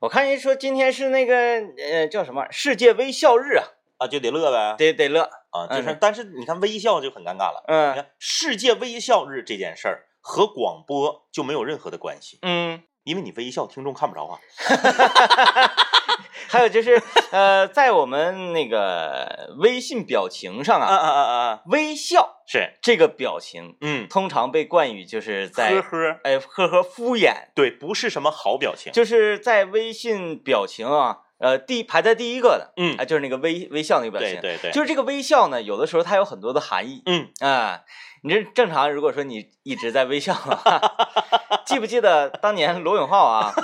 我看人说今天是那个呃叫什么世界微笑日啊，啊，就得乐呗，得得乐，啊，就是嗯，但是你看微笑就很尴尬了。你嗯看世界微笑日这件事儿和广播就没有任何的关系，嗯，因为你微笑，听众看不着啊。还有就是呃，在我们那个微信表情上啊啊，啊啊啊啊！微笑是，这个表情嗯，通常被冠以就是呵在呵，哎呵呵敷衍，对，不是什么好表情。就是在微信表情啊，呃，第排在第一个的，嗯啊，就是那个微微笑那个表对情，对对，就是这个微笑呢，有的时候它有很多的含义嗯，啊。你这正常，如果说你一直在微笑的话 记不记得当年罗永浩啊，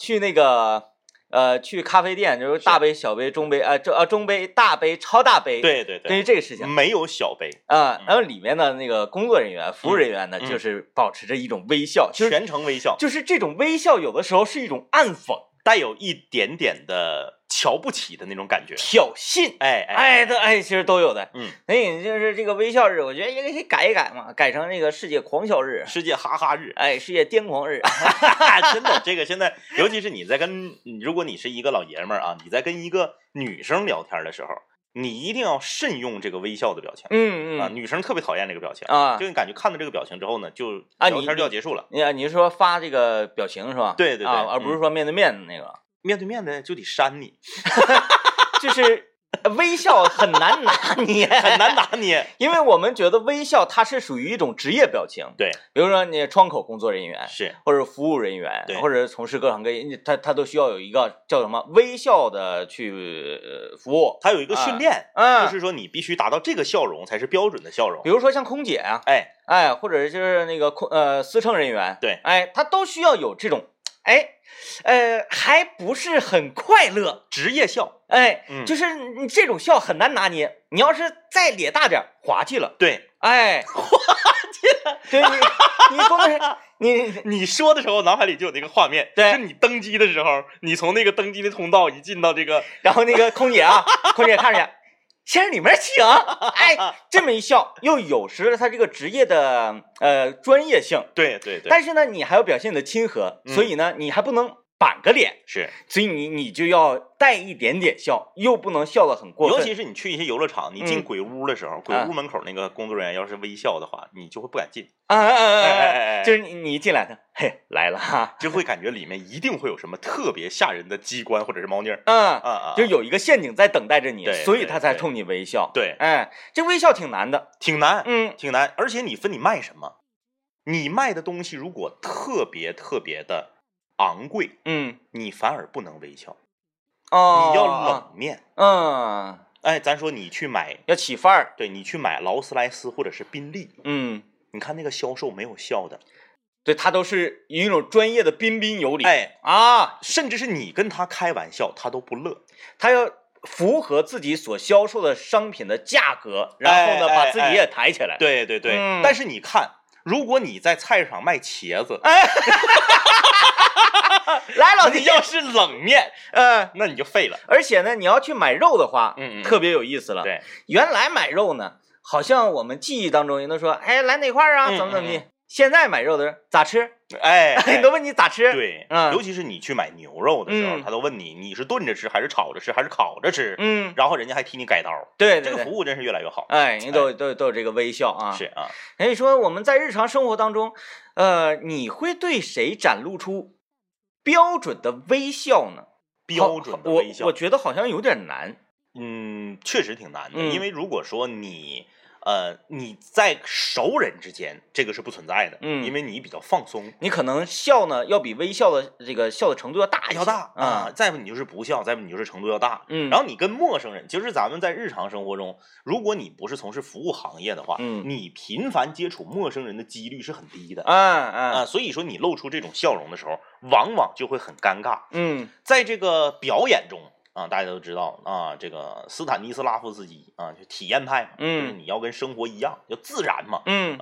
去那个呃去咖啡店，就是大杯、小杯、中杯，呃中呃中杯、大杯、超大杯，，对对对对，嗯于这个事情没有小杯，啊、嗯然后里面的那个工作人员、服务人员呢，嗯就是保持着一种微笑，就是全程微笑，就是这种微笑，有的时候是一种暗讽。带有一点点的瞧不起的那种感觉。挑衅，哎哎，哎都哎，其实都有的。嗯，所以就是这个微笑日，我觉得也可以改一改嘛，改成那个世界狂笑日，，哎世界哈哈日哎，世界癫狂日。 真的，这个现在，尤其是你在跟，如果你是一个老爷们儿啊，你在跟一个女生聊天的时候，你一定要慎用这个微笑的表情嗯啊，嗯女生特别讨厌这个表情，啊就你感觉看到这个表情之后呢，就啊聊你天就要结束了，你你是说发这个表情是吧？对对对啊，而不是说面对面的那个，面对面的就得扇你， 就是呃微笑很难拿捏，很难拿捏。 因为我们觉得微笑它是属于一种职业表情，对，比如说你窗口工作人员，是或者服务人员对，或者从事各行各业，你他他都需要有一个叫什么微笑的去呃服务。它有一个训练，嗯，就是说你必须达到这个笑容才是标准的笑容比。如说像空姐啊，哎，哎，或者就是那个空呃司乘人员，对哎，他都需要有这种，哎，呃，还不是很快乐，职业笑，哎，嗯就是你这种笑很难拿捏，你要是再咧大点儿，滑稽了，对，哎， 滑稽了，对你，你工作人员，你你说的时候，脑海里就有那个画面，对就你登机的时候，你从那个登机的通道一进到这个，然后那个空姐啊，空姐看着你。先生，里面请。哎，这么一笑，又有时了他这个职业的呃专业性，对对对，但是呢，你还要表现你的亲和，嗯所以呢，你还不能板个脸，是，所以你你就要带一点点笑，又不能笑得很过分。尤其是你去一些游乐场，你进嗯鬼屋的时候，鬼啊屋门口那个工作人员要是微笑的话，你就会不敢进，啊啊啊哎哎啊哎啊！哎就是你你一进来的，嘿，来了哈，就会感觉里面一定会有什么特别吓人的机关或者是猫腻儿嗯，啊啊，就有一个陷阱在等待着你对，所以他对才对冲你微笑。对，哎，这微笑挺难的，挺难，嗯挺难，而且你分你卖什么，你卖的东西如果特别特别的昂贵，嗯，你反而不能微笑，哦，你要冷面。嗯，哎，咱说你去买，要起范儿，对你去买劳斯莱斯或者是宾利，嗯，你看那个销售没有笑的，对他都是有一种专业的彬彬有礼，哎，啊，甚至是你跟他开玩笑，他都不乐。他要。符合自己所销售的商品的价格，然后呢，哎哎把自己哎也抬起来。对对对，嗯但是你看，如果你在菜市场卖茄哎子，来，老弟你，要是冷面，嗯，那你就废了。而且呢，你要去买肉的话，嗯嗯特别有意思了。，对，原来买肉呢，好像我们记忆当中人都说，哎，来哪块儿啊，嗯怎么怎么地。嗯现在买肉的人咋吃？哎，哎都问 你咋吃。，对， 嗯尤其是你去买牛肉的时候，嗯他都问你你是炖着吃还是炒着吃还是烤着吃，嗯，然后人家还替你改刀，对这对个对。服务真是越来越好。哎，人都都都有这个微笑啊。是。啊，所以说我们在日常生活当中，呃，你会对谁展露出标准的微笑呢？标准的微我我笑，觉得好像有点难。嗯，确实挺难的，嗯因为如果说你。呃，你在熟人之间，这个是不存在的，嗯因为你比较放松，你可能笑呢，要比微笑的这个笑的程度要大一些。要大啊啊。，再不你就是不笑，再不你就是程度要大。嗯。然后后你跟陌生人，就是咱们在日常生活中，如果你不是从事服务行业的话，嗯你频繁接触陌生人的几率是很低的啊啊啊。所以说，你露出这种笑容的时候，往往就会很尴尬。嗯在这个表演中啊，大家都知道啊，这个斯坦尼斯拉夫斯基啊，就体验派嘛，嗯就是你要跟生活一样，要自然嘛。嗯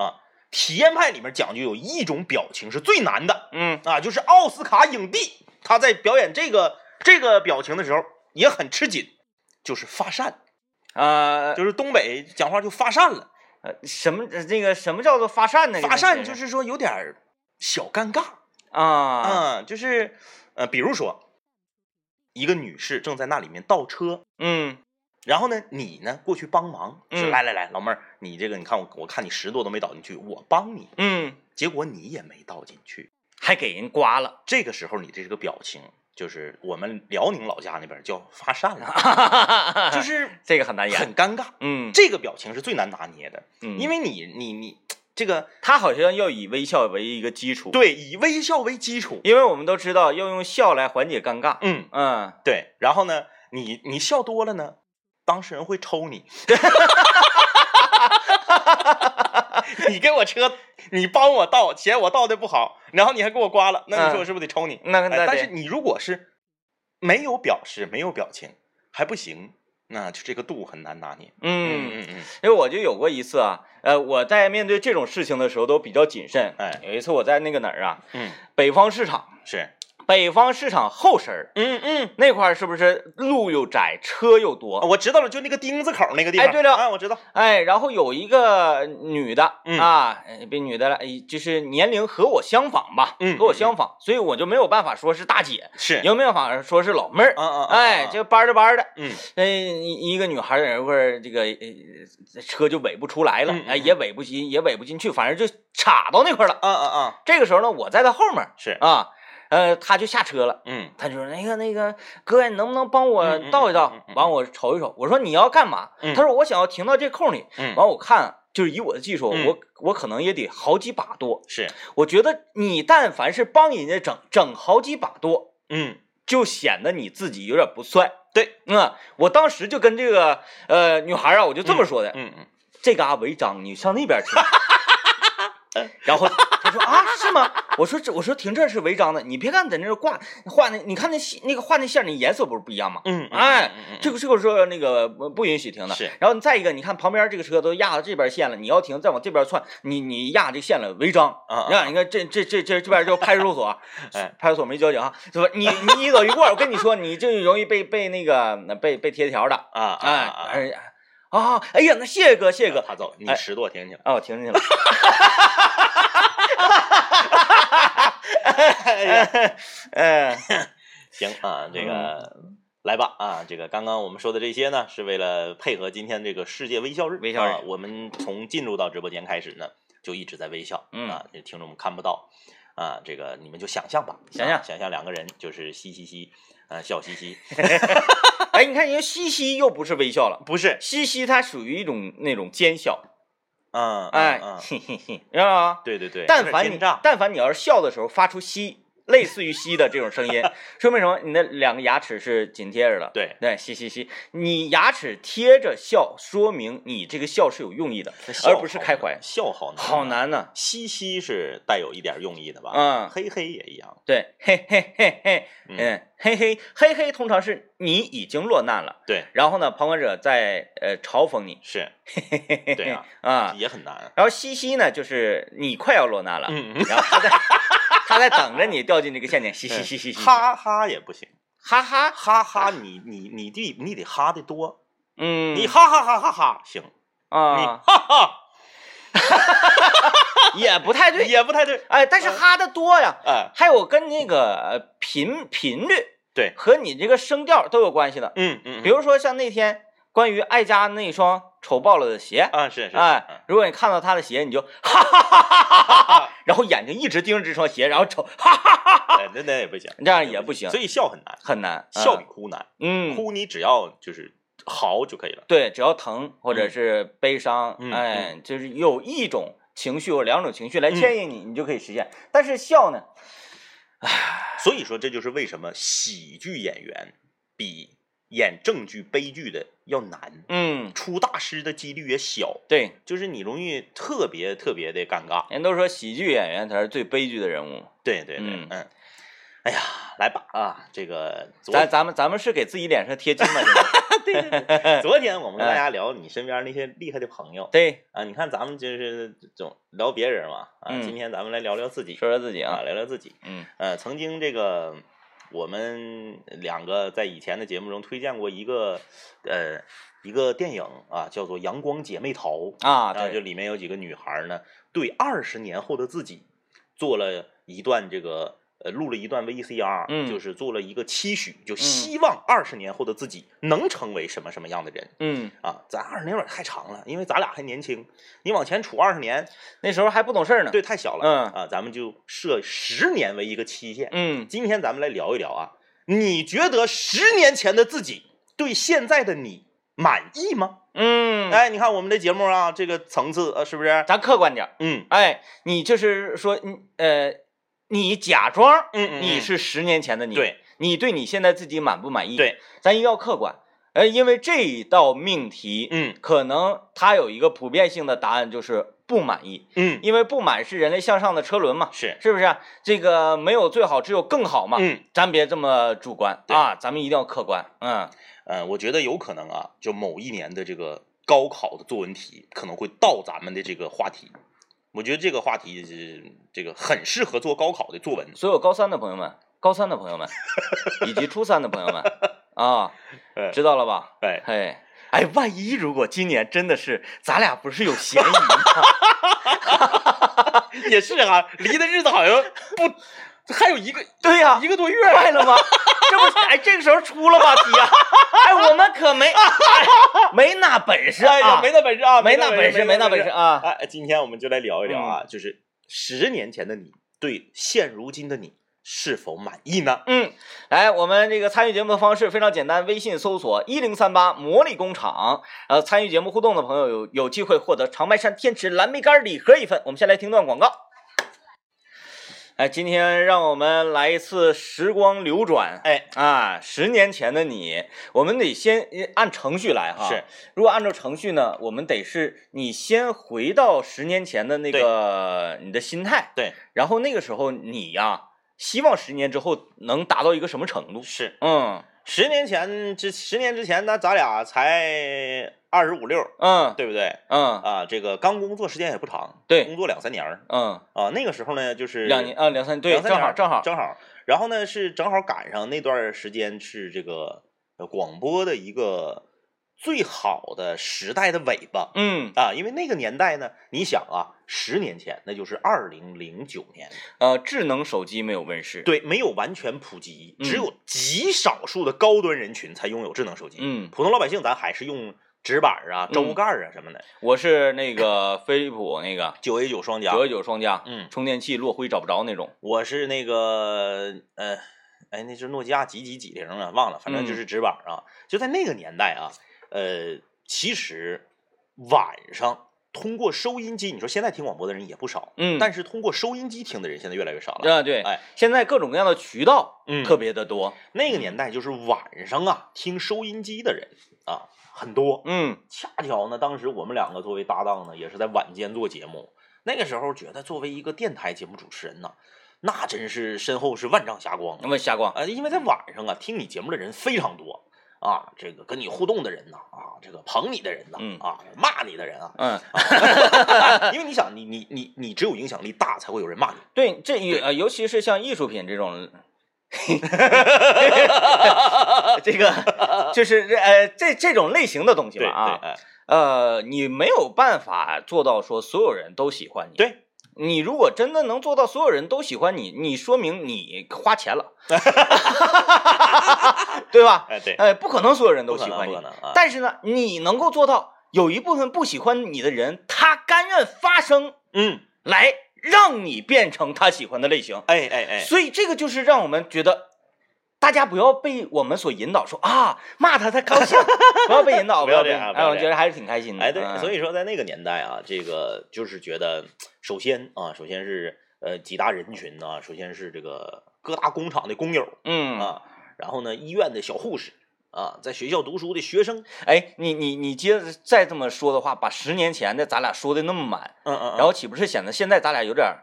体验派里面讲究有一种表情是最难的，嗯啊，就是奥斯卡影帝，他在表演这个这个表情的时候也很吃紧，就是发善，啊，就是东北讲话就发善了，呃什么呃这个什么叫做发善呢？发善就是说有点儿小尴尬啊啊，就是呃，比如说一个女士正在那里面倒车，嗯然后呢，你呢过去帮忙，说嗯来来来，老妹儿，你这个你看我我看你石头都没倒进去，我帮你，嗯，结果你也没倒进去，还给人刮了，这个时候你这个表情就是我们辽宁老家那边叫发善了，啊 就就是是 这个很难演。很尴尬，嗯，这个表情是最难拿捏的，嗯因为你你你这个他好像要以微笑为一个基础，，对以微笑为基础，因为我们都知道要用笑来缓解尴尬。嗯，嗯，对，然后呢，你你笑多了呢，当事人会抽你。 你给我车，你帮我倒，嫌我倒的不好，然后你还给我刮了，那你说我是不是得抽你？嗯那哎那但是得你如果是没有表示、没有表情，还不行，那就这个度很难拿捏。嗯，嗯嗯，因为我就有过一次啊，呃，我在面对这种事情的时候都比较谨慎。哎，有一次我在那个哪儿啊，嗯北方市场，是，北方市场后身儿嗯嗯，那块儿是不是路又窄，车又多？哦我知道了，就那个丁字口那个地哎方。对了啊，我知道。哎，然后有一个女的、嗯啊，哎别女的了，哎就是年龄和我相仿吧，嗯和我相仿，所以我就没有办法说是大姐，是，也没有办法说是老妹儿。啊啊，啊哎，啊这班儿的班儿的，嗯那一一个女孩在那块儿，这个呃车就尾不出来了嗯嗯，哎，也尾不进，也尾不进去，反正就插到那块儿了。啊啊啊，这个时候呢，我在她后面儿是，啊，呃，她就下车了。嗯他就说那个那个哥，你能不能帮我嗯嗯倒一倒嗯嗯？嗯完我瞅一瞅，我说你要干嘛？嗯他说我想要停到这空里。嗯，完我看就是以我的技术，嗯我我可能也得好几把多。是，我觉得你但凡是帮人家整整好几把多，嗯就显得你自己有点不算。对，嗯，我当时就跟这个呃女孩啊，我就这么说的，嗯嗯。这嘎违章，你上那 边去。然后他说啊，是吗？我说这，我说停这儿是违章的，你别看在那儿挂画那，你看那线那个画那线儿，你颜色不是不一样吗？嗯，哎嗯，这个这个说那个不不允许停的。是然后你再一个，你看旁边这个车都压到这边线了，你要停再往这边窜，你你压这线了违章。啊，你看，你看这这这这这边就派出所哎派出所没交警啊，是吧？你你一走一过，我跟你说，你这容易被被那个被被贴条的。啊啊哎啊！哎呀啊！哎呀，那谢谢哥，谢谢这个哥。他走，你哎拾掇停去了。啊，我听进去了。哎呀，哎，行啊，这个嗯来吧啊，这个刚刚我们说的这些呢，是为了配合今天这个世界微笑日。微笑日啊我们从进入到直播间开始呢，就一直在微笑。嗯啊，这听众们看不到啊，这个你们就想象吧，想象啊想象两个人就是嘻嘻嘻，啊，笑嘻嘻，哎，你看人家西西又不是微笑了，不是，西西它属于一种那种奸笑，嗯，嗯哎嗯，嘿嘿嘿，知道吗？对对对，有但点凡奸你诈，但凡你要是笑的时候发出西，类似于西的这种声音，说明什么？你的两个牙齿是紧贴着的。对，对，嘻嘻嘻，你牙齿贴着笑，说明你这个笑是有用意的，而不是开怀。笑好难，好。难呐、嘻嘻是带有一点用意的吧？嗯嘿嘿也一样。对，嘿嘿嘿嘿，嗯嗯，嘿嘿嘿嘿，通常是你已经落难了，对，然后呢，旁观者在呃嘲讽你，是对对 啊啊，也很难。然后西西呢，就是你快要落难了，嗯嗯，然后他在他在等着你掉进这个陷阱，嘻嘻嘻嘻嘻，哈哈也不行，哈哈，哈哈你你你得你得哈的多，嗯，你哈哈哈哈哈行，你啊，哈哈也不太对，也不太 对，哎，但是哈的多呀，哎，还有跟那个呃频频率对，和你这个声调都有关系的，嗯嗯，比如说像那天关于爱家那双丑爆了的鞋。啊是是，哎，如果你看到他的鞋，你就哈哈哈哈哈哈哈 哈，然后眼睛一直盯着这双鞋，然后瞅哈哈哈哈，哎那那也不行，这样也不行，所以笑很难，很难嗯笑比哭难，嗯，哭你只要就是嚎就可以了。对，只要疼或者嗯是悲伤，嗯哎，就是有一种情绪或两种情绪来牵引你，你就可以实现。但是笑呢，所以说这就是为什么喜剧演员比演正剧悲剧的要难，嗯，出大师的几率也小，对，就是你容易特别特别的尴尬。人都说喜剧演员才是最悲剧的人物，对对对嗯，嗯，哎呀，来吧啊，这个昨 咱咱们咱们是给自己脸上贴金吗？现在昨天我们跟大哎家聊你身边那些厉害的朋 友对，啊，你看咱们就是总聊别人嘛啊，嗯今天咱们来聊聊自己说说自己啊， 啊，聊聊自己。嗯呃，曾经这个我们两个在以前的节目中推荐过一个呃一个电影啊，叫做《阳光姐妹淘》啊，啊，就对，里面有几个女孩呢，对二十年后的自己做了一段这个呃录了一段 VCR，、嗯就是做了一个期许，就希望二十年后的自己能成为什么什么样的人、嗯，啊。咱二十年有点太长了，因为咱俩还年轻，你往前杵二十年，那时候还不懂事儿呢。，对，太小了、嗯啊。咱们就设十年为一个期限。嗯，今天咱们来聊一聊啊，你觉得十年前的自己对现在的你满意吗？嗯，哎，你看我们这节目啊，这个层次呃，是不是？咱客观点儿，嗯哎，你就是说，嗯呃，你假装嗯嗯，你是十年前的你，对，你对你现在自己满不满意？对，咱一定要客观，呃，因为这一道命题，嗯可能它有一个普遍性的答案，就是不满意，嗯因为不满是人类向上的车轮嘛，是是不是啊、这个没有最好，只有更好嘛。嗯咱别这么主观对啊，咱们一定要客观。嗯呃，我觉得有可能啊，就某一年的这个高考的作文题可能会到咱们的这个话题。我觉得这个话题是这个很适合做高考的作文。所有高三的朋友们，高三的朋友 们，以及初三的朋友 们啊，哎知道了 吧？哎，嘿，哎，万一如果今年真的是咱俩不是有嫌疑吗？也是啊，离的日子好像不还有一个 对呀、一个多月。快了 吗？这不是哎，这个时候出了吗？题啊！哎，我们可没、哎没那本事哎呀，啊，没那本事啊，没那那本事，没没那本事。啊！哎，今天我们就来聊一聊啊，就是十年前的你对现如今的你是否满意呢？嗯，来，我们这个参与节目的方式非常简单，微信搜索一零三八魔力工厂，呃，参与节目互动的朋友有有机会获得长白山天池蓝莓干礼盒一份。我们先来听段广告。哎，今天让我们来一次时光流转。哎，啊，十年前的你，我们得先呃按程序来哈。是，如果按照程序呢，我们得是你先回到十年前的那个你的心态，对，然后那个时候你呀、希望十年之后能达到一个什么程度？是嗯十年前之十年之前呢，咱俩才二十五六，嗯对不对？嗯啊，这个刚工作时间也不长，对工作两三年儿嗯，啊。那个时候呢，就是两年，啊两三对，两三正年好儿正好，正好。然后呢，是正好赶上那段儿时间是这个呃广播的一个最好的时代的尾巴，嗯啊，因为那个年代呢，你想啊，十年前那就是二零零九年，呃，智能手机没有问世。，对，没有完全普及，只嗯有极少数的高端人群才拥有智能手机，嗯，普通老百姓咱还是用纸板啊、嗯周盖啊什么的。我是那个飞利浦那个九 A 九双夹，九幺九双加，嗯，充电器落灰找不着那种。我是那个呃，哎，那是诺基亚几几几零啊，忘了，反正就嗯是纸板啊。就在那个年代啊，呃，其实晚上。通过收音机，你说现在听广播的人也不少，嗯但是通过收音机听的人现在越来越少了。啊，对，哎，现在各种各样的渠道嗯特别的多。那个年代就是晚上啊，听收音机的人啊很多。嗯恰巧呢，当时我们两个作为搭档呢，也是在晚间做节目。那个时候觉得作为一个电台节目主持人呢，那真是身后是万丈霞光那么瞎逛，啊！因为在晚上啊，听你节目的人非常多啊，这个跟你互动的人呐、啊，这个捧你的人呐、嗯，啊，骂你的人啊 嗯，因为你想，你你你你只有影响力大，才会有人骂你。对，这也呃，尤其是像艺术品这种， 这个就是这呃这这种类型的东西对吧对，啊，哎呃，你没有办法做到说所有人都喜欢你。对，你如果真的能做到所有人都喜欢你，你说明你花钱 了，对吧？哎对，呃，不可能所有人 不都可喜能欢不你可，能啊！但是呢，你能够做到有一部分不喜欢你的人，他甘愿发声嗯，来让你变成他喜欢的类型。哎哎哎，所以这个就是让我们觉得，大家不要被我们所引导说，啊骂他他高 兴，不要被引导，不要被这引样导。不要哎，我这觉得还是挺开心的。哎，对，嗯所以说在那个年代啊，这个就是觉得，首先啊，首先是呃几大人群呢、首先是这个各大工厂的工友嗯，啊，然后呢医院的小护士啊，在学校读书的学生，哎，你你你接着再这么说的话，把十年前的咱俩说的那么满，嗯嗯，然后岂不是显得现在咱俩有 点儿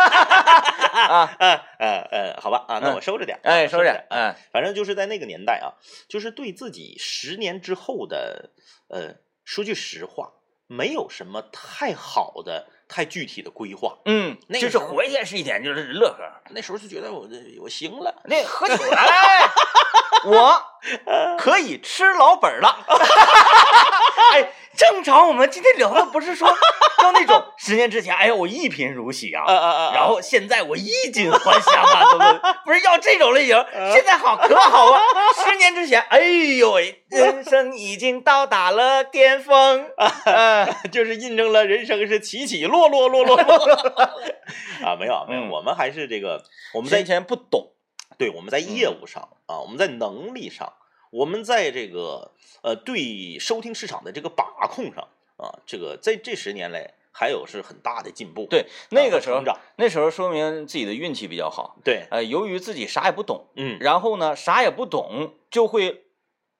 啊？嗯嗯嗯，好吧啊，那嗯我收着点，哎，我收着着，啊嗯反正就是在那个年代啊，就是对自己十年之后的，呃，说句实话，没有什么太好的、太具体的规划。嗯，那个就是时候活一件是一点，就是乐呵。那时候就觉得我这我行了，那喝酒了，哎，我可以 吃老本儿了。哎，正常我们今天聊的不是说就那种十年之前，哎呀，我一贫如洗啊，啊啊啊！然后现在我衣锦还乡啊，怎么不是要这种类型？现在好可好啊！十年之前，哎呦喂，人生已经到达了巅峰，嗯、就是印证了人生是起起落落落落落啊，没有啊没有，嗯我们还是这个我我们们在以前不懂，对我们在业嗯务上啊，我们在能力上，我们在这个呃对收听市场的这个把控上啊，这个在这十年来还有是很大的进步。对啊那个时候成长，那时候说明自己的运气比较好。对，呃，由于自己啥也不懂，嗯，然后呢啥也不懂，就会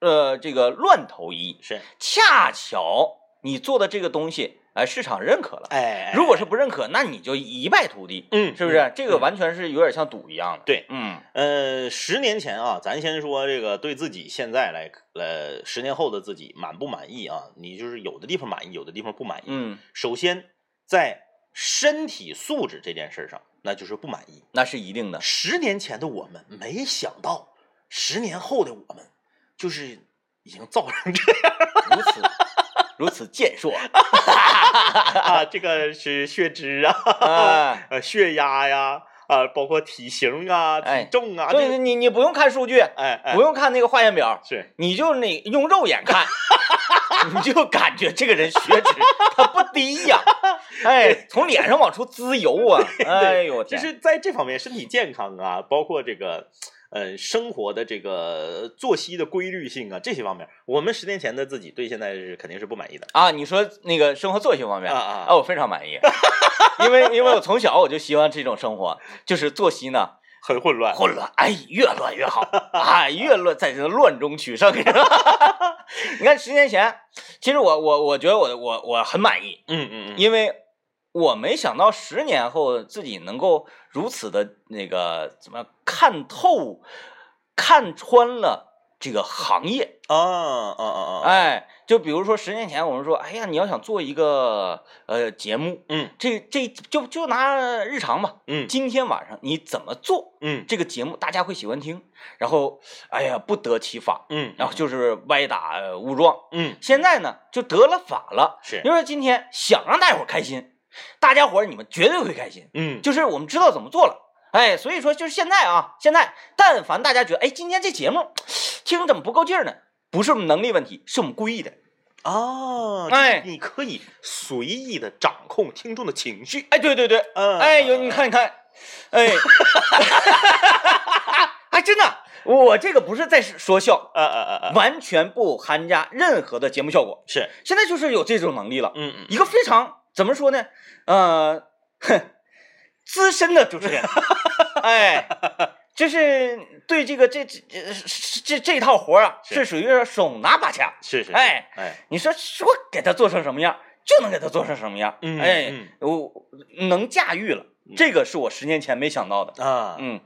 呃这个乱投医。是，恰巧你做的这个东西，哎、市场认可了。哎，如果是不认可，那你就一败涂地，嗯，是不是？嗯这个完全是有点像赌一样的。对嗯，呃，十年前啊，咱先说这个对自己现在来，呃，十年后的自己满不满意啊？你就是有的地方满意，有的地方不满意。嗯，首先在身体素质这件事儿上，那就是不满意。那是一定 的。十年前的我们没想到，十年后的我们就是已经造成这样如此如此健硕哦 啊！这个是血脂啊，啊！呃，血压呀，啊，包括体型啊、哎体重啊，就是这个你你不用看数据，哎哎不，用看那个化验表，是你就那用肉眼看， 你就感觉这个人血脂他不低呀、哎，从脸上往出滋油啊！哎呦，我就天，是在这方面，身体健康啊，包括这个。呃，生活的这个作息的规律性啊，这些方面，我们十年前的自己对现在是肯定是不满意的啊，你说那个生活作息方面啊啊啊，我非常满意，因为因为我从小我就希望这种生活，就是作息呢很混乱。混乱，哎，越乱越好，哎，越乱在这乱中取胜。 你看十年前，其实我我我觉得我我我很满意，嗯嗯嗯，因为我没想到十年后自己能够如此的那个怎么看透、看穿了这个行业。啊啊啊啊，哎，就比如说十年前我们说，哎呀，你要想做一个呃节目，嗯这这就就拿日常吧，嗯今天晚上你怎么做？嗯这个节目大家会喜欢听，然后哎呀不得其法，嗯，然后就是歪打呃误撞。嗯现在呢就得了法了，是因为今天想让大家伙儿开心，大家伙儿你们绝对会开心，嗯就是我们知道怎么做了。哎，所以说就是现在啊，现在但凡大家觉得哎今天这节目听着怎么不够劲儿呢？不是我们能力问题，是我们故意的。啊，哎你可以随意的掌控听众的情绪。哎，对对对，嗯，哎呦，你看，你看，哎， 哎，真的，我这个不是在说笑，啊啊啊啊，完全不含加任何的节目效果。是，现在就是有这种能力了，嗯嗯，一个非常怎么说呢，呃，哼，资深的主持人， 哎，就是对这个这这这这这套活儿啊，是是属于手拿把掐。是是，哎哎，你说说给他做成什么样，就能给他做成什么样。嗯哎嗯，我能驾驭了，这个是我十年前没想到的。啊， 嗯，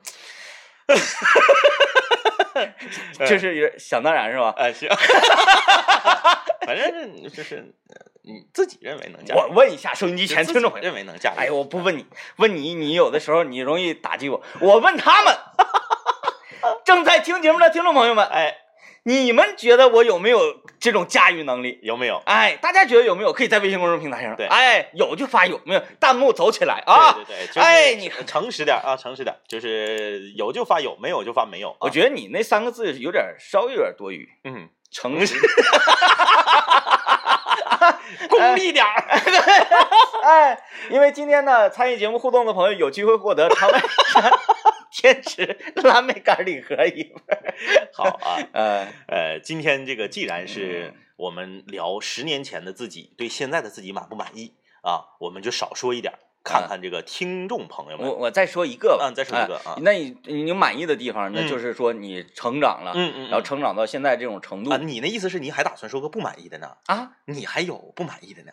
就是有点想当然是吧？哎行， 反正是你就是呃你自己认为能驾驭，我问一下收音机以前听众朋友，认为能驾驭。哎呦，我不问你，问你你有的时候你容易打击我，我问他们。 正在听节目的听众朋友们，哎，你们觉得我有没有这种驾驭能力？有没有？哎，大家觉得有没有？可以在微信公众平台上，对哎，有就发有，没有弹幕走起来啊！对对对，就是哎，你诚实点啊，诚实点，就是有就发有，没有就发没有啊。我觉得你那三个字有点稍微有点多余，嗯，诚实。 功利 点儿。哎，因为今天呢，参与节目互动的朋友有机会获得长白山 天池蓝莓干礼盒一份。好啊，呃，呃，今天这个既然是嗯我们聊十年前的自己对现在的自己满不满意啊，我们就少说一点儿，看啊看这个听众朋友我们。我再说一个吧，嗯嗯再说一个哎啊那你你满意的地方，那就是说你成长了，嗯嗯，然后成长到现在这种程度啊，你那意思是你还打算说个不满意的呢？啊。你还有不满意的呢？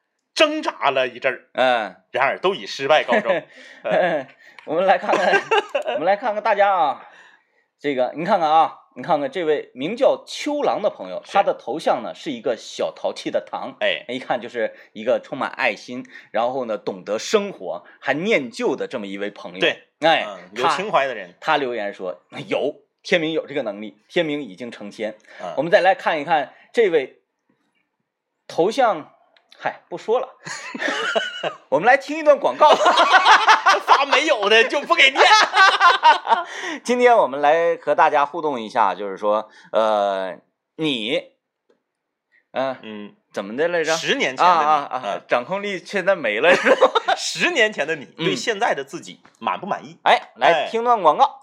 挣扎了一阵儿，嗯，然而都以失败告终。嗯 我们来看 看，我们来看看大家啊，这个你看看啊，你看看这位名叫秋郎的朋友，是他的头像呢是一个小淘气的糖，哎，一看就是一个充满爱心，然后呢懂得生活还念旧的这么一位朋友。对，哎，嗯，有他情怀的人，他留言说有天明有这个能力，天明已经成仙。嗯我们再来看一看这位头像，嗨，不说 了，我们来听一段广告。发没有的就不给 念。今天我们来和大家互动一下，就是说，呃，你，嗯、嗯，怎么的来着？十年前啊的你，啊啊！掌控力现在没了，是吧？嗯十年前的你对嗯现在的自己满不满意？哎，来 哎听段广告。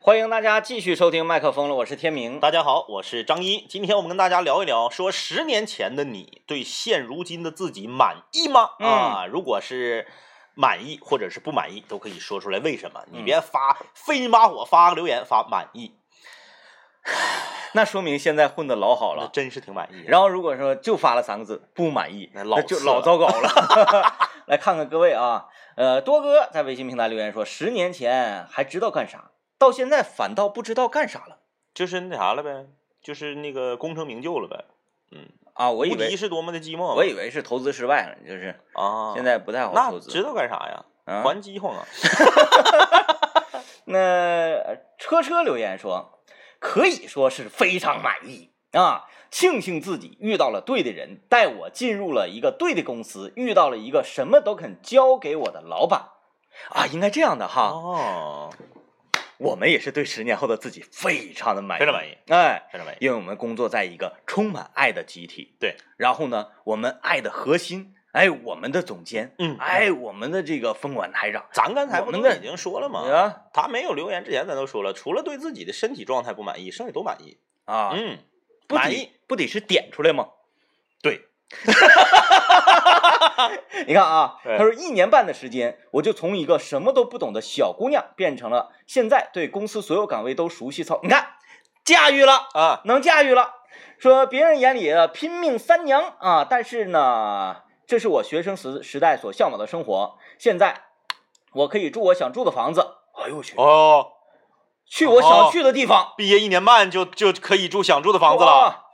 欢迎大家继续收听麦克风了，我是天明。大家好，我是张一，今天我们跟大家聊一聊，说十年前的你对现如今的自己满意吗？嗯啊，如果是满意或者是不满意，都可以说出来为什么。你嗯别发飞金巴火发个留言发满意，那说明现在混的老好那了。真是挺满意的。然后如果说就发了三个字不满意，那那哎老就次老了糟糕了。 来看看各位啊，呃，多哥在微信平台留言说，十年前还知道干啥，到现在反倒不知道干啥了就是那啥了呗，就是那个功成名就了呗。嗯，啊！我以无敌为是多么的寂寞嘛。我以为是投资失败了，就是啊，现在不太好那投知资。道干啥呀？啊还饥荒啊！那呃车车留言说，可以说是非常满意啊，庆幸自己遇到了对的人，带我进入了一个对的公司，遇到了一个什么都肯交给我的老板啊，应该这样的哈。哦，我们也是对十年后的自己非常的满意，非常满意，哎，看到没？因为我们工作在一个充满爱的集体，对，然后呢，我们爱的核心，哎，我们的总监，嗯哎，我们的这个分管台长，咱刚才不我都们的已经说了吗？啊他没有留言之前，咱都说了，除了对自己的身体状态不满意，剩下都满意。啊，嗯，不满得意。不得是点出来吗？ 对，你看啊， 对他说一年半的时间，我就从一个什么都不懂的小姑娘，变成了现在对公司所有岗位都熟悉操，你看，驾驭了。啊，能驾驭了。说别人眼里的拼命三娘啊，但是呢，这是我学生时时代所向往的生活。现在我可以住我想住的房子，哎呦我去，哦，去我想去的地方，毕业一年半就就可以住想住的房子了。哇，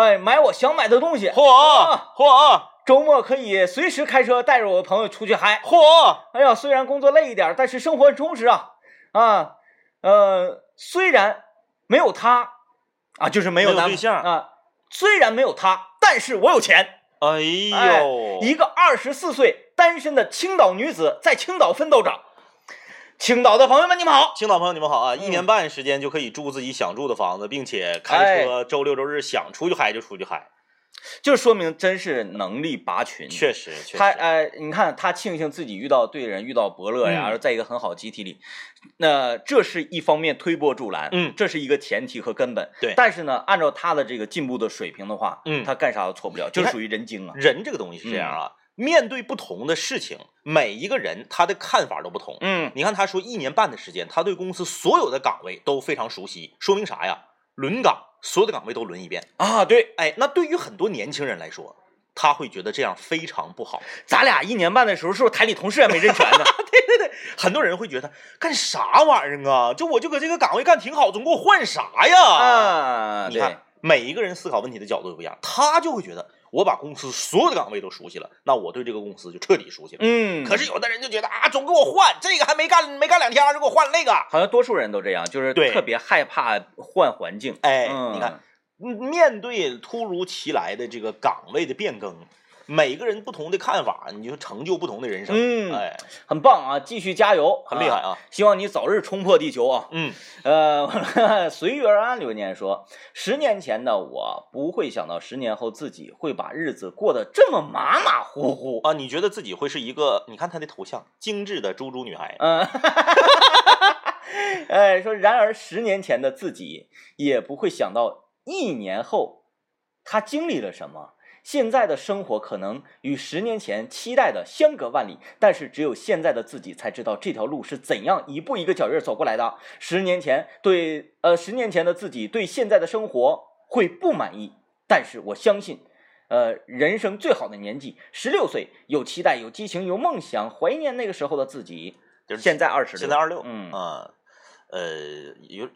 哎，买我想买的东西，嚯嚯周末可以随时开车带着我朋友出去嗨。嚯！哎呀，虽然工作累一点，但是生活很充实啊啊，呃，虽然没有他啊，就是没有没有男对象啊，虽然没有他，但是我有钱。哎哎呦，一个二十四岁单身的青岛女子在青岛奋斗着。青岛的朋友们，你们好！青岛朋友你们好啊！一嗯哎年半时间就可以住自己想住的房子，并且开车周六周日想出去嗨就出去嗨，就说明真是能力拔群。确实确他实。哎呃，你看他庆幸自己遇到对人，遇到伯乐呀，嗯然后在一个很好的集体里，那这是一方面推波助澜，嗯这是一个前提和根本。对但是呢，按照他的这个进步的水平的话，嗯他干啥都错不了，就看属于人精啊。人这个东西是这样嗯啊，面对不同的事情，每一个人他的看法都不同。嗯，你看他说一年半的时间，他对公司所有的岗位都非常熟悉，说明啥呀？轮岗，所有的岗位都轮一遍。啊，对，哎，那对于很多年轻人来说，他会觉得这样非常不好。咱俩一年半的时候，是不是台里同事也没认全 呢？很多人会觉得干啥玩意儿啊？就我就搁这个岗位干挺好，总给我换啥呀？啊，你对，看每一个人思考问题的角度都不一样，他就会觉得我把公司所有的岗位都熟悉了，那我对这个公司就彻底熟悉了。嗯，可是有的人就觉得啊，总给我换这个还没干没干两天儿就给我换了那个，好像多数人都这样，就是对特别害怕换环境。哎，嗯你看，嗯面对突如其来的这个岗位的变更，每个人不同的看法，你就成就不同的人生。嗯哎，很棒啊，继续加油，很厉害啊啊。希望你早日冲破地球啊！嗯，呃， 随遇而安留言说，十年前的我不会想到十年后自己会把日子过得这么马马虎虎。啊，你觉得自己会是一个？你看她的头像，精致的猪猪女孩。啊嗯， 哎，说然而十年前的自己也不会想到一年后他经历了什么。现在的生活可能与十年前期待的相隔万里，但是只有现在的自己才知道这条路是怎样一步一个脚印儿走过来的。十年前对，呃，十年前的自己对现在的生活会不满意，但是我相信呃，人生最好的年纪，十六岁，有期待，有激情，有梦想，怀念那个时候的自己。就是现在二十，现在二六，嗯啊，呃，有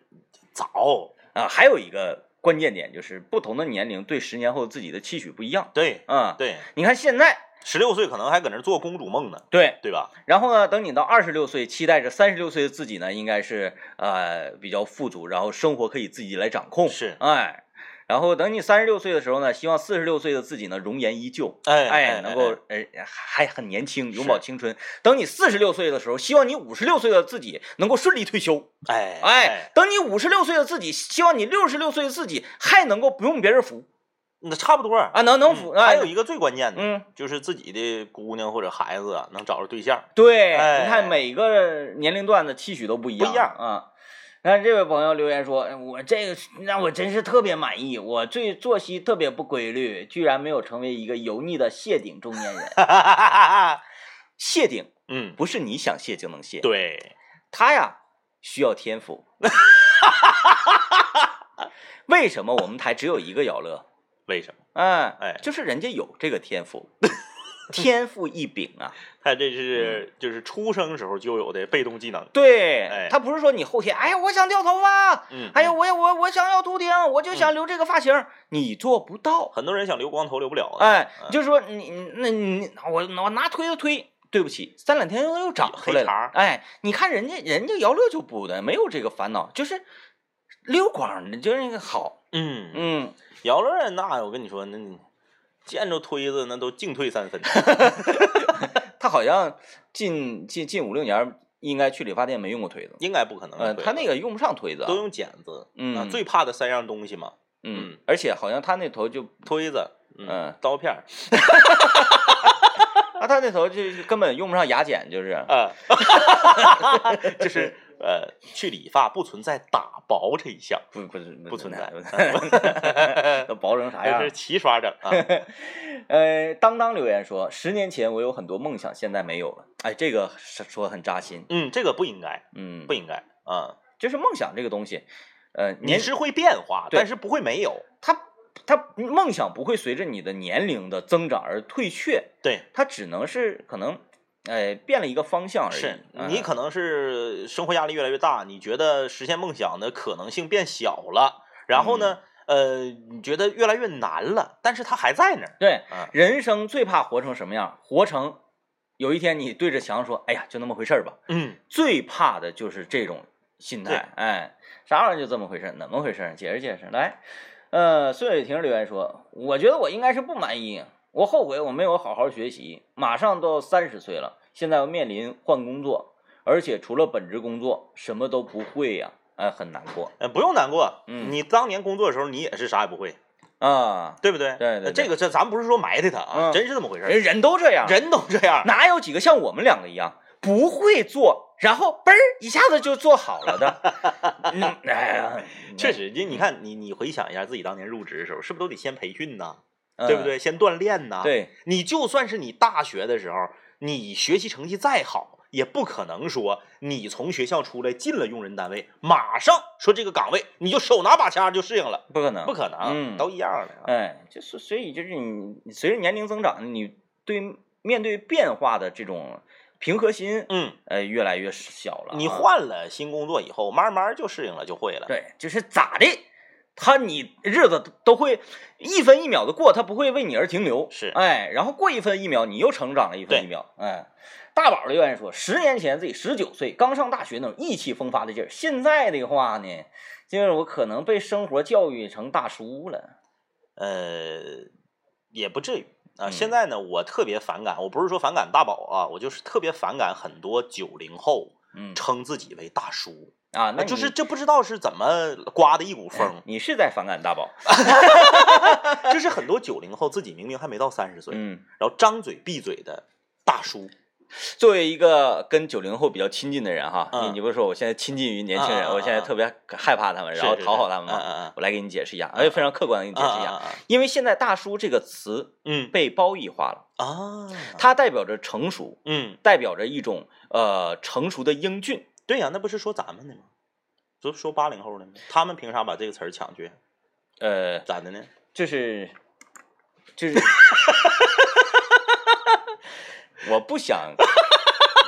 早，啊，还有一个关键点就是，不同的年龄对十年后自己的期许不一样。对啊、对，你看现在十六岁可能还搁那儿做公主梦呢，对，对吧？然后呢，等你到二十六岁，期待着三十六岁的自己呢，应该是呃比较富足，然后生活可以自己来掌控。是哎。然后等你三十六岁的时候呢，希望四十六岁的自己呢容颜依旧，哎哎，能够呃还很年轻，永葆青春。等你四十六岁的时候，希望你五十六岁的自己能够顺利退休。哎哎，，等你五十六岁的自己，希望你六十六岁的自己还能够不用别人扶那差不多啊。啊，能能扶。嗯哎还有一个最关键的，嗯，就是自己的姑娘或者孩子啊能找着对 象，对，哎你看每个年龄段的期许都不一样，不一样啊。看这位朋友留言说：“哎我这个是让我真是特别满意，我最作息特别不规律，居然没有成为一个油腻的谢顶中年人。 谢顶嗯，不是你想谢就能谢，对，他呀需要天 赋。为什么我们台只有一个姚乐？为什么？嗯，哎就是人家有这个天赋， 天赋异禀 啊。他这是嗯就是出生时候就有的被动技能，对，哎他不是说你后天，哎呀，我想掉头发，嗯，哎呀，我也我我想要秃顶，我就想留这个发型，你做不到。很多人想留光头留不了，哎，嗯就是说你你那你我我拿推就推，对不起，三两天又又长出来黑茬儿了。哎，你看人家人家姚乐就不的，没有这个烦恼，就是溜光的，就是那个好。嗯嗯，摇乐人那我跟你说，那你见着推子那都进退 三分，他好像近近近五六年应该去理发店没用过推子，应该不可能嗯、用推子。他那个用不上推子啊，都用剪子，嗯啊，最怕的三样东西嘛，嗯嗯，而且好像他那头就推子，嗯刀片儿，啊，他那头就是根本用不上牙剪，就是。 啊，就是呃，去理发不存在打薄这一项，不不是不存在哎在， 都薄成啥 这样是？齐刷整啊，呃，当当留言说，十年前我有很多梦想，现在没有了。哎，这个是说很扎心，嗯，这个不应该，嗯，不，应该啊，就是梦想这个东西，呃，你年是会变化，对但是不会没有，它它梦想不会随着你的年龄的增长而退却，对，它只能是可能，哎，变了一个方向而已。是啊你可能是生活压力越来越大，你觉得实现梦想的可能性变小了，然后嗯呢，呃，你觉得越来越难了，但是它还在那儿，对啊，人生最怕活成什么样？活成有一天你对着墙说，哎呀，就那么回事儿吧。嗯，最怕的就是这种心态，哎，啥玩意儿就这么回事儿，怎么回事儿？解释解释来。呃，孙伟婷留言说：“我觉得我应该是不满意，我后悔我没有好好学习。马上都要三十岁了，现在要面临换工作，而且除了本职工作，什么都不会呀、哎、很难过呃，不用难过，嗯你当年工作的时候你也是啥也不会，啊。对不对？对对呃对这个这咱不是说埋汰他啊，嗯真是这么回事儿，人人都这样，人都这样，哪有几个像我们两个一样不会做，然后嘣儿一下子就做好了的？ 嗯，哎呀，确实，嗯你你看你你回想一下自己当年入职的时候，是不是都得先培训呐，嗯对不？对？先锻炼呐，，对，你就算是你大学的时候，你学习成绩再好，也不可能说你从学校出来进了用人单位，马上说这个岗位你就手拿把掐就适应了，不可能，不可能，嗯都一样的啊。哎，就是所以就是你你随着年龄增长，你对面对变化的这种平和心，嗯，呃，越来越小了啊。你换了新工作以后，慢慢就适应了，就会了。对，就是咋的，他你日子都会一分一秒的过，他不会为你而停留。是啊哎，然后过一分一秒，你又成长了一分对一秒。哎，大宝留言说，十年前自己十九岁，刚上大学那种意气风发的劲儿，现在的话呢，就是我可能被生活教育成大叔了。呃，也不至于啊、嗯现在呢，我特别反感，我不是说反感大宝啊，我就是特别反感很多九零后嗯称自己为大叔，啊，那啊就是你，这不知道是怎么刮的一股风你是在反感大宝。就是很多九零后自己明明还没到三十岁，嗯，然后张嘴闭嘴的大叔，作为一个跟九零后比较亲近的人哈，嗯你你不是说我现在亲近于年轻人，嗯嗯嗯我现在特别害怕他们，然后是讨好他们嘛。嗯我来给你解释一下，哎，非常客观的给你嗯嗯解释一下，嗯因为现在“大叔”这个词嗯被褒义化了，嗯啊，它代表着成熟，嗯，代表着一种呃成熟的英俊。对呀、那不是说咱们的吗？不是说八零后的吗？他们凭啥把这个词儿抢去？呃，咋的呢？就是就是 我不想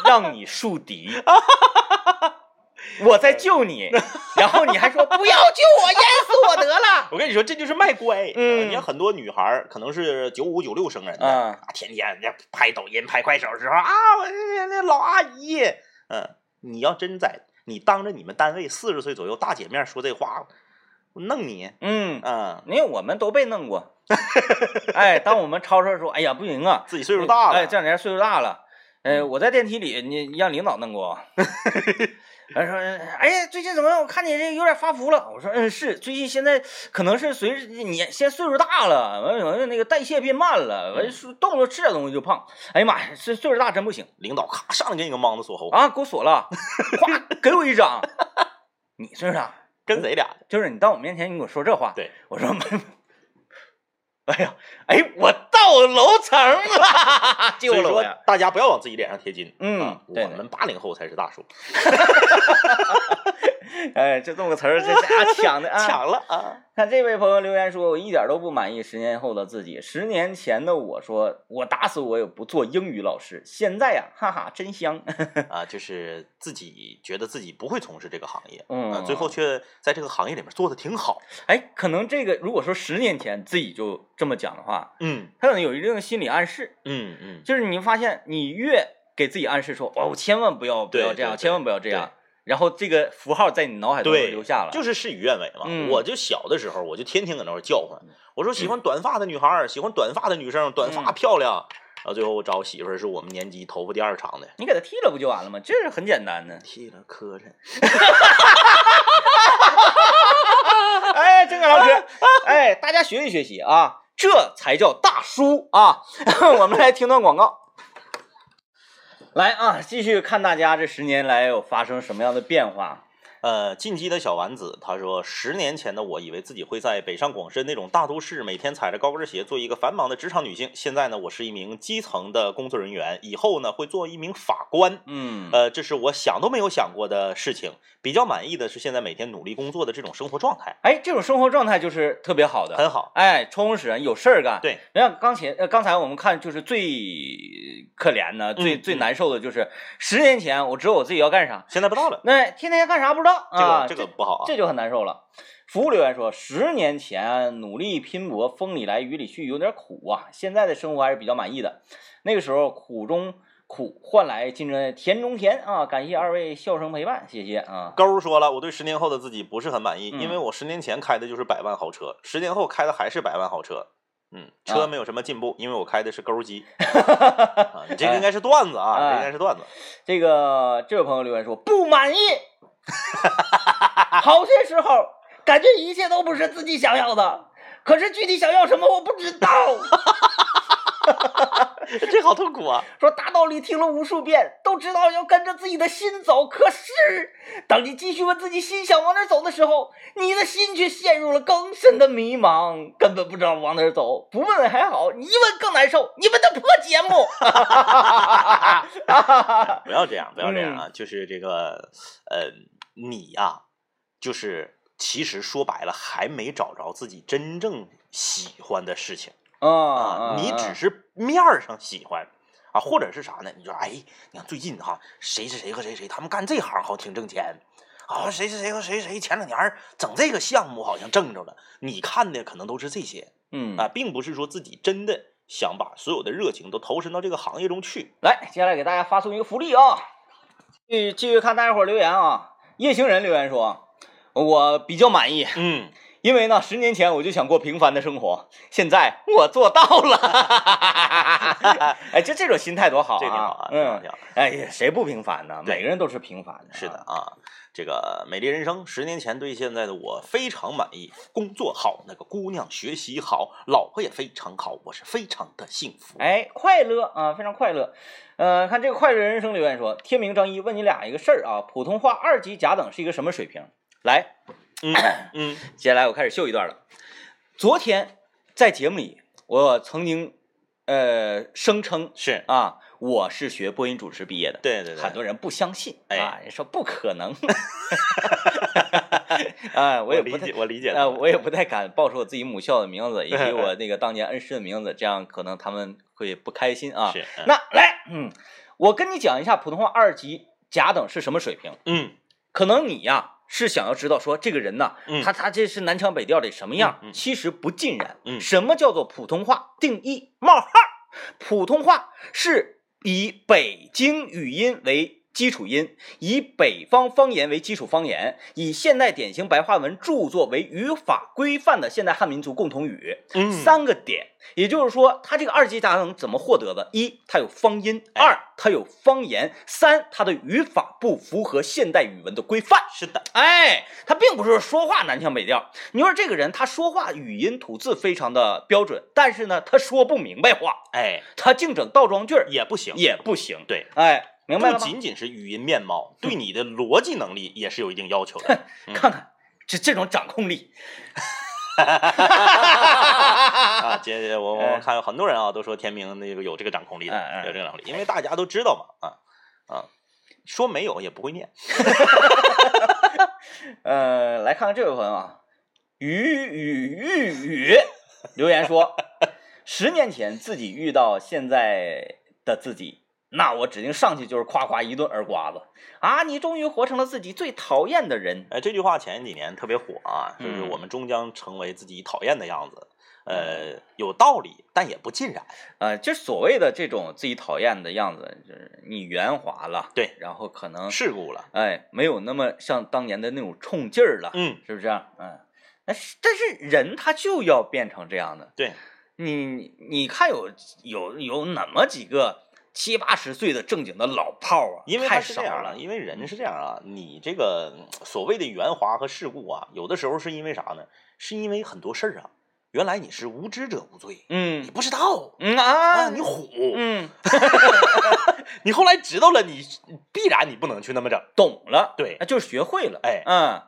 让你树敌，我在救你，然后你还说不要救我，淹死我得了。我跟你说，这就是卖乖。呃嗯你看很多女孩儿可能是九五九六生人的，嗯啊，天天人家拍抖音、拍快手的时候啊，我那那老阿姨，嗯，你要真在你当着你们单位四十岁左右大姐面说这话，我弄你，嗯，嗯，因为我们都被弄过。 哎，当我们吵吵说，哎呀不行啊，自己岁数大了，嗯哎，这两天岁数大了，呃，我在电梯里，你让领导弄 过啊。他说：“哎呀，最近怎么样？我看你这有点发福了。”我说：“嗯，是，最近现在可能是随着你现在岁数大了，完了完了那个代谢变慢了，完了是动不动吃点东西就胖。哎呀妈呀，这岁数大真不行领导咔上来给你个莽子锁喉，啊！给我锁了，咵给我一掌。 你岁数大，跟谁俩？就是你到我面前你给我说这话，对我说， 哎呀，哎，我到楼层了， 所救以了说我呀！”大家不要往自己脸上贴金，嗯啊对我们八零后才是大叔， 哎，就这么个词儿，这家抢的啊！抢了啊， 看这位朋友留言说，我一点都不满意十年后的自己。十年前的我说，我打死我也不做英语老师。现在呀、哈哈，真香。 啊，就是自己觉得自己不会从事这个行业，嗯啊，最后却在这个行业里面做的挺好，哎，可能这个如果说十年前自己就这么讲的话，嗯他可能有一定的心理暗示，嗯嗯，就是你发现你越给自己暗示说，哦，我千万不要不对要这样，对对千万不要这样，然后这个符号在你脑海当中对，留下了。就是是事与愿违嘛。嗯我就小的时候，我就天天搁那块儿叫唤，我说喜欢短发的女孩儿，喜欢短发的女生，短发嗯漂亮。啊，最后我找媳妇儿是我们年级头发第二长的，。你给他剃了不就完了吗？这是很简单的剃了磕碜。哎，这个老师，哎，大家学习学习啊，这才叫大叔啊！ 我们来听段广告。来啊，继续看大家这十年来有发生什么样的变化。呃，进击的小丸子，他说，十年前的我以为自己会在北上广深那种大都市，每天踩着高跟鞋做一个繁忙的职场女性。现在呢，我是一名基层的工作人员，以后呢会做一名法官。嗯呃，这是我想都没有想过的事情。比较满意的是现在每天努力工作的这种生活状态，哎，这种生活状态就是特别好的，很好。哎，充实，有事儿干。，对，你看刚前呃，刚才我们看就是最可怜的、最嗯最嗯难受的就是十年前我知道我自己要干啥，现在不到了，那天天干啥不知道这个、啊？这个不好啊。这就很难受了。服务留言说，十年前努力拼搏，风里来雨里去，有点苦啊。现在的生活还是比较满意的。那个时候苦中苦换来竞争甜中甜啊！感谢二位笑声陪伴，谢谢啊。勾儿说了，我对十年后的自己不是很满意，嗯因为我十年前开的就是百万豪车，十年后开的还是百万豪车。嗯，啊车没有什么进步，因为我开的是勾 儿机。啊，你这个应该是段子啊，哎这应该是段子。 这个这位朋友留言说不满意，好些时候感觉一切都不是自己想要的，可是具体想要什么我不知道。这好痛苦 啊！说大道理听了无数遍，都知道要跟着自己的心走，可是当你继续问自己心想往哪儿走的时候，你的心却陷入了更深的迷茫，根本不知道往哪儿走。不问还好，你一问更难受。你们的破节 目，啊不要这样，不要这样啊！嗯就是这个，呃，你呀、就是其实说白了，还没找着自己真正喜欢的事情。啊，你只是面儿上喜欢啊，或者是啥呢？你说，哎，你看最近哈、谁谁谁和谁谁，他们干这行好像挺挣钱啊，谁谁谁和谁谁前两年儿整这个项目好像挣着了。你看的可能都是这些嗯啊，并不是说自己真的想把所有的热情都投身到这个行业中去。来，接下来给大家发送一个福利啊！继续继续看大家伙儿留言啊。夜行人留言说，我比较满意，嗯，因为呢，十年前我就想过平凡的生活，现在我做到 了。哎，就这种心态多好啊！这挺好啊，挺好嗯挺，好。哎呀，谁不平凡呢？对每个人都是平凡的。是的，啊，这个美丽人生，十年前对现在的我非常满意，工作好，那个姑娘学习好，老婆也非常好，我是非常的幸福。哎，快乐啊，非常快乐。呃，看这个快乐人生留言说，天明张一问你俩一个事儿啊，普通话二级甲等是一个什么水平？来，嗯嗯接下来我开始秀一段了。昨天在节目里，我曾经呃声称，是啊，我是学播音主持毕业的。对对对，啊 很多人不相信，哎啊，人说不可能，哎，我也理不太解，，我理解哎，他。我也不太敢报出我自己母校的名字，以 及我那个当年恩师的名字，这样可能他们会不开心啊。是，嗯那来，嗯，我跟你讲一下普通话二级甲等是什么水平。嗯可能你呀、是想要知道说这个人呐，嗯他他这是南腔北调的什么样？嗯嗯其实不尽然。嗯什么叫做普通话定义？冒号，普通话是以北京语音为基础音，以北方方言为基础方言，以现代典型白话文著作为语法规范的现代汉民族共同语。嗯，三个点，也就是说，它这个二级甲等怎么获得的？一，它有方音；哎二，它有方言；三，它的语法不符合现代语文的规范。是的，哎，他并不是说话南腔北调。你说这个人，他说话语音吐字非常的标准，但是呢，他说不明白话，哎，他净整倒装句儿也不行，也不行。对，哎，明白不了吗？仅仅是语音面貌，对你的逻辑能力也是有一定要求 的。嗯看看这这种掌控力。 啊，接着我我哎看很多人啊都说天明那个有这个掌控力的，哎哎有这个掌控力，因为大家都知道嘛，啊啊，说没有也不会念，呃，来看看这位朋友啊，雨雨雨雨留言说，十年前自己遇到现在的自己，那我指定上去就是夸夸一顿耳刮子啊！你终于活成了自己最讨厌的人。哎，这句话前几年特别火啊，就是嗯我们终将成为自己讨厌的样子，呃，有道理，但也不尽然，呃，就所谓的这种自己讨厌的样子，就是你圆滑了，对，然后可能世故了，哎没有那么像当年的那种冲劲儿了，嗯，是不是、啊？嗯，但是但是人他就要变成这样的，对，你你看有有有那么几个七八十岁的正经的老炮儿啊，因为太他是少这样了啊，因为人是这样啊，你这个嗯所谓的圆滑和世故啊，有的时候是因为啥呢？是因为很多事儿啊，原来你是无知者无罪，嗯你不知道嗯啊，啊，你虎，嗯你后来知道了，你必然你不能去那么整。懂了，对啊就是学会了，哎嗯。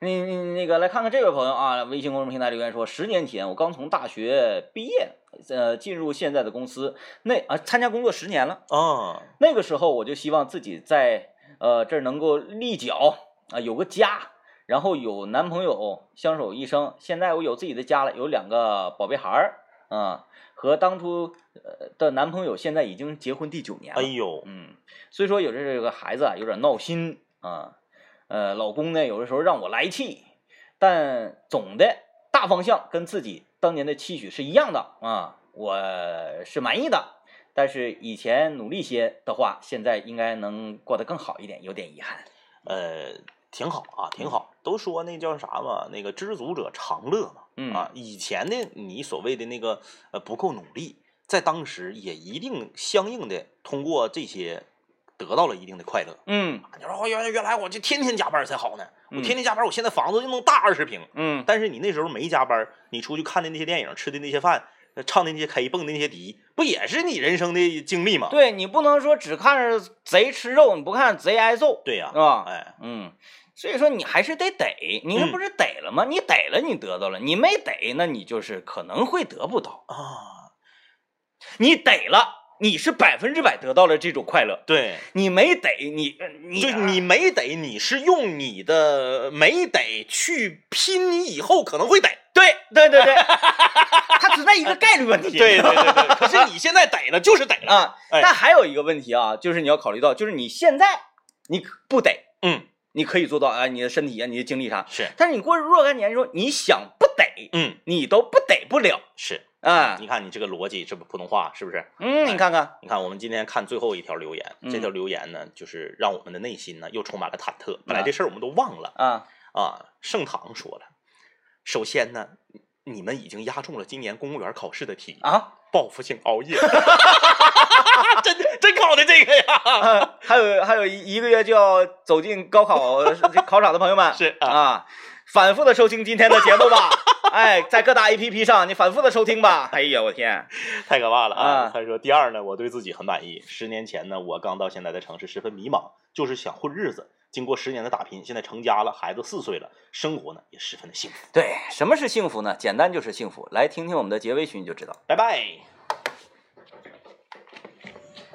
你你那个来看看这位朋友啊，微信公众平台留言说，十年前我刚从大学毕业，呃，进入现在的公司，那啊参加工作十年了，嗯那个时候我就希望自己在呃这儿能够立脚啊、有个家，然后有男朋友相守一生。现在我有自己的家了，有两个宝贝孩儿啊、和当初呃的男朋友现在已经结婚第九年了。哎呦，嗯，所以说有的这个孩子啊有点闹心啊，呃，老公呢有的时候让我来气，但总的大方向跟自己当年的期许是一样的啊，我是满意的。但是以前努力些的话，现在应该能过得更好一点，有点遗憾。呃，挺好啊，挺好。都说那叫啥嘛，那个知足者常乐嘛。嗯啊，以前的你所谓的那个呃不够努力，在当时也一定相应的通过这些得到了一定的快乐。嗯你说哦原来原来我就天天加班才好呢，我嗯天天加班，我现在房子就能大二十平。嗯，但是你那时候没加班，你出去看的那些电影、吃的那些饭、呃唱的那些 K、蹦的那些迪，不也是你人生的经历吗？对你不能说只看着贼吃肉，你不看着贼挨揍，对呀、是吧？哎，嗯，所以说你还是得逮，你这嗯不是逮了吗？你逮了，你得到了；你没逮，那你就是可能会得不到。啊，你逮了，你是百分之百得到了这种快乐；对，你没逮，你呃你就你没得，你是用你的没得去拼你以后可能会得。对对 对对，它存在一个概率问题。对对对对，可是你现在得了就是得 了。啊，哎但还有一个问题啊，就是你要考虑到，就是你现在你可不逮，嗯，你可以做到啊、你的身体啊，你的精力啥，是，但是你过若干年之后，你想不逮，嗯，你都不逮不了是。啊。你看你这个逻辑，这不普通话是不是？嗯，你看看。你看，我们今天看最后一条留言，这嗯条留言呢，就是让我们的内心呢又充满了忐忑。本来啊这事儿我们都忘了啊，啊。盛唐说了，首先呢，你们已经压中了今年公务员考试的题，啊，报复性熬夜， 真的真考的这个呀，啊 还有还有一一个月就要走进高考这考场的朋友 们，是啊啊，反复的收听今天的节目吧。哎，在各大 APP 上你反复的收听吧。哎呀，我天，太可怕了啊啊！他说，第二呢，我对自己很满意。十年前呢，我刚到现在的城市，十分迷茫，就是想混日子。经过十年的打拼，现在成家了，孩子四岁了，生活呢也十分的幸福。对，什么是幸福呢？简单就是幸福。来听听我们的结尾曲你就知道。拜拜。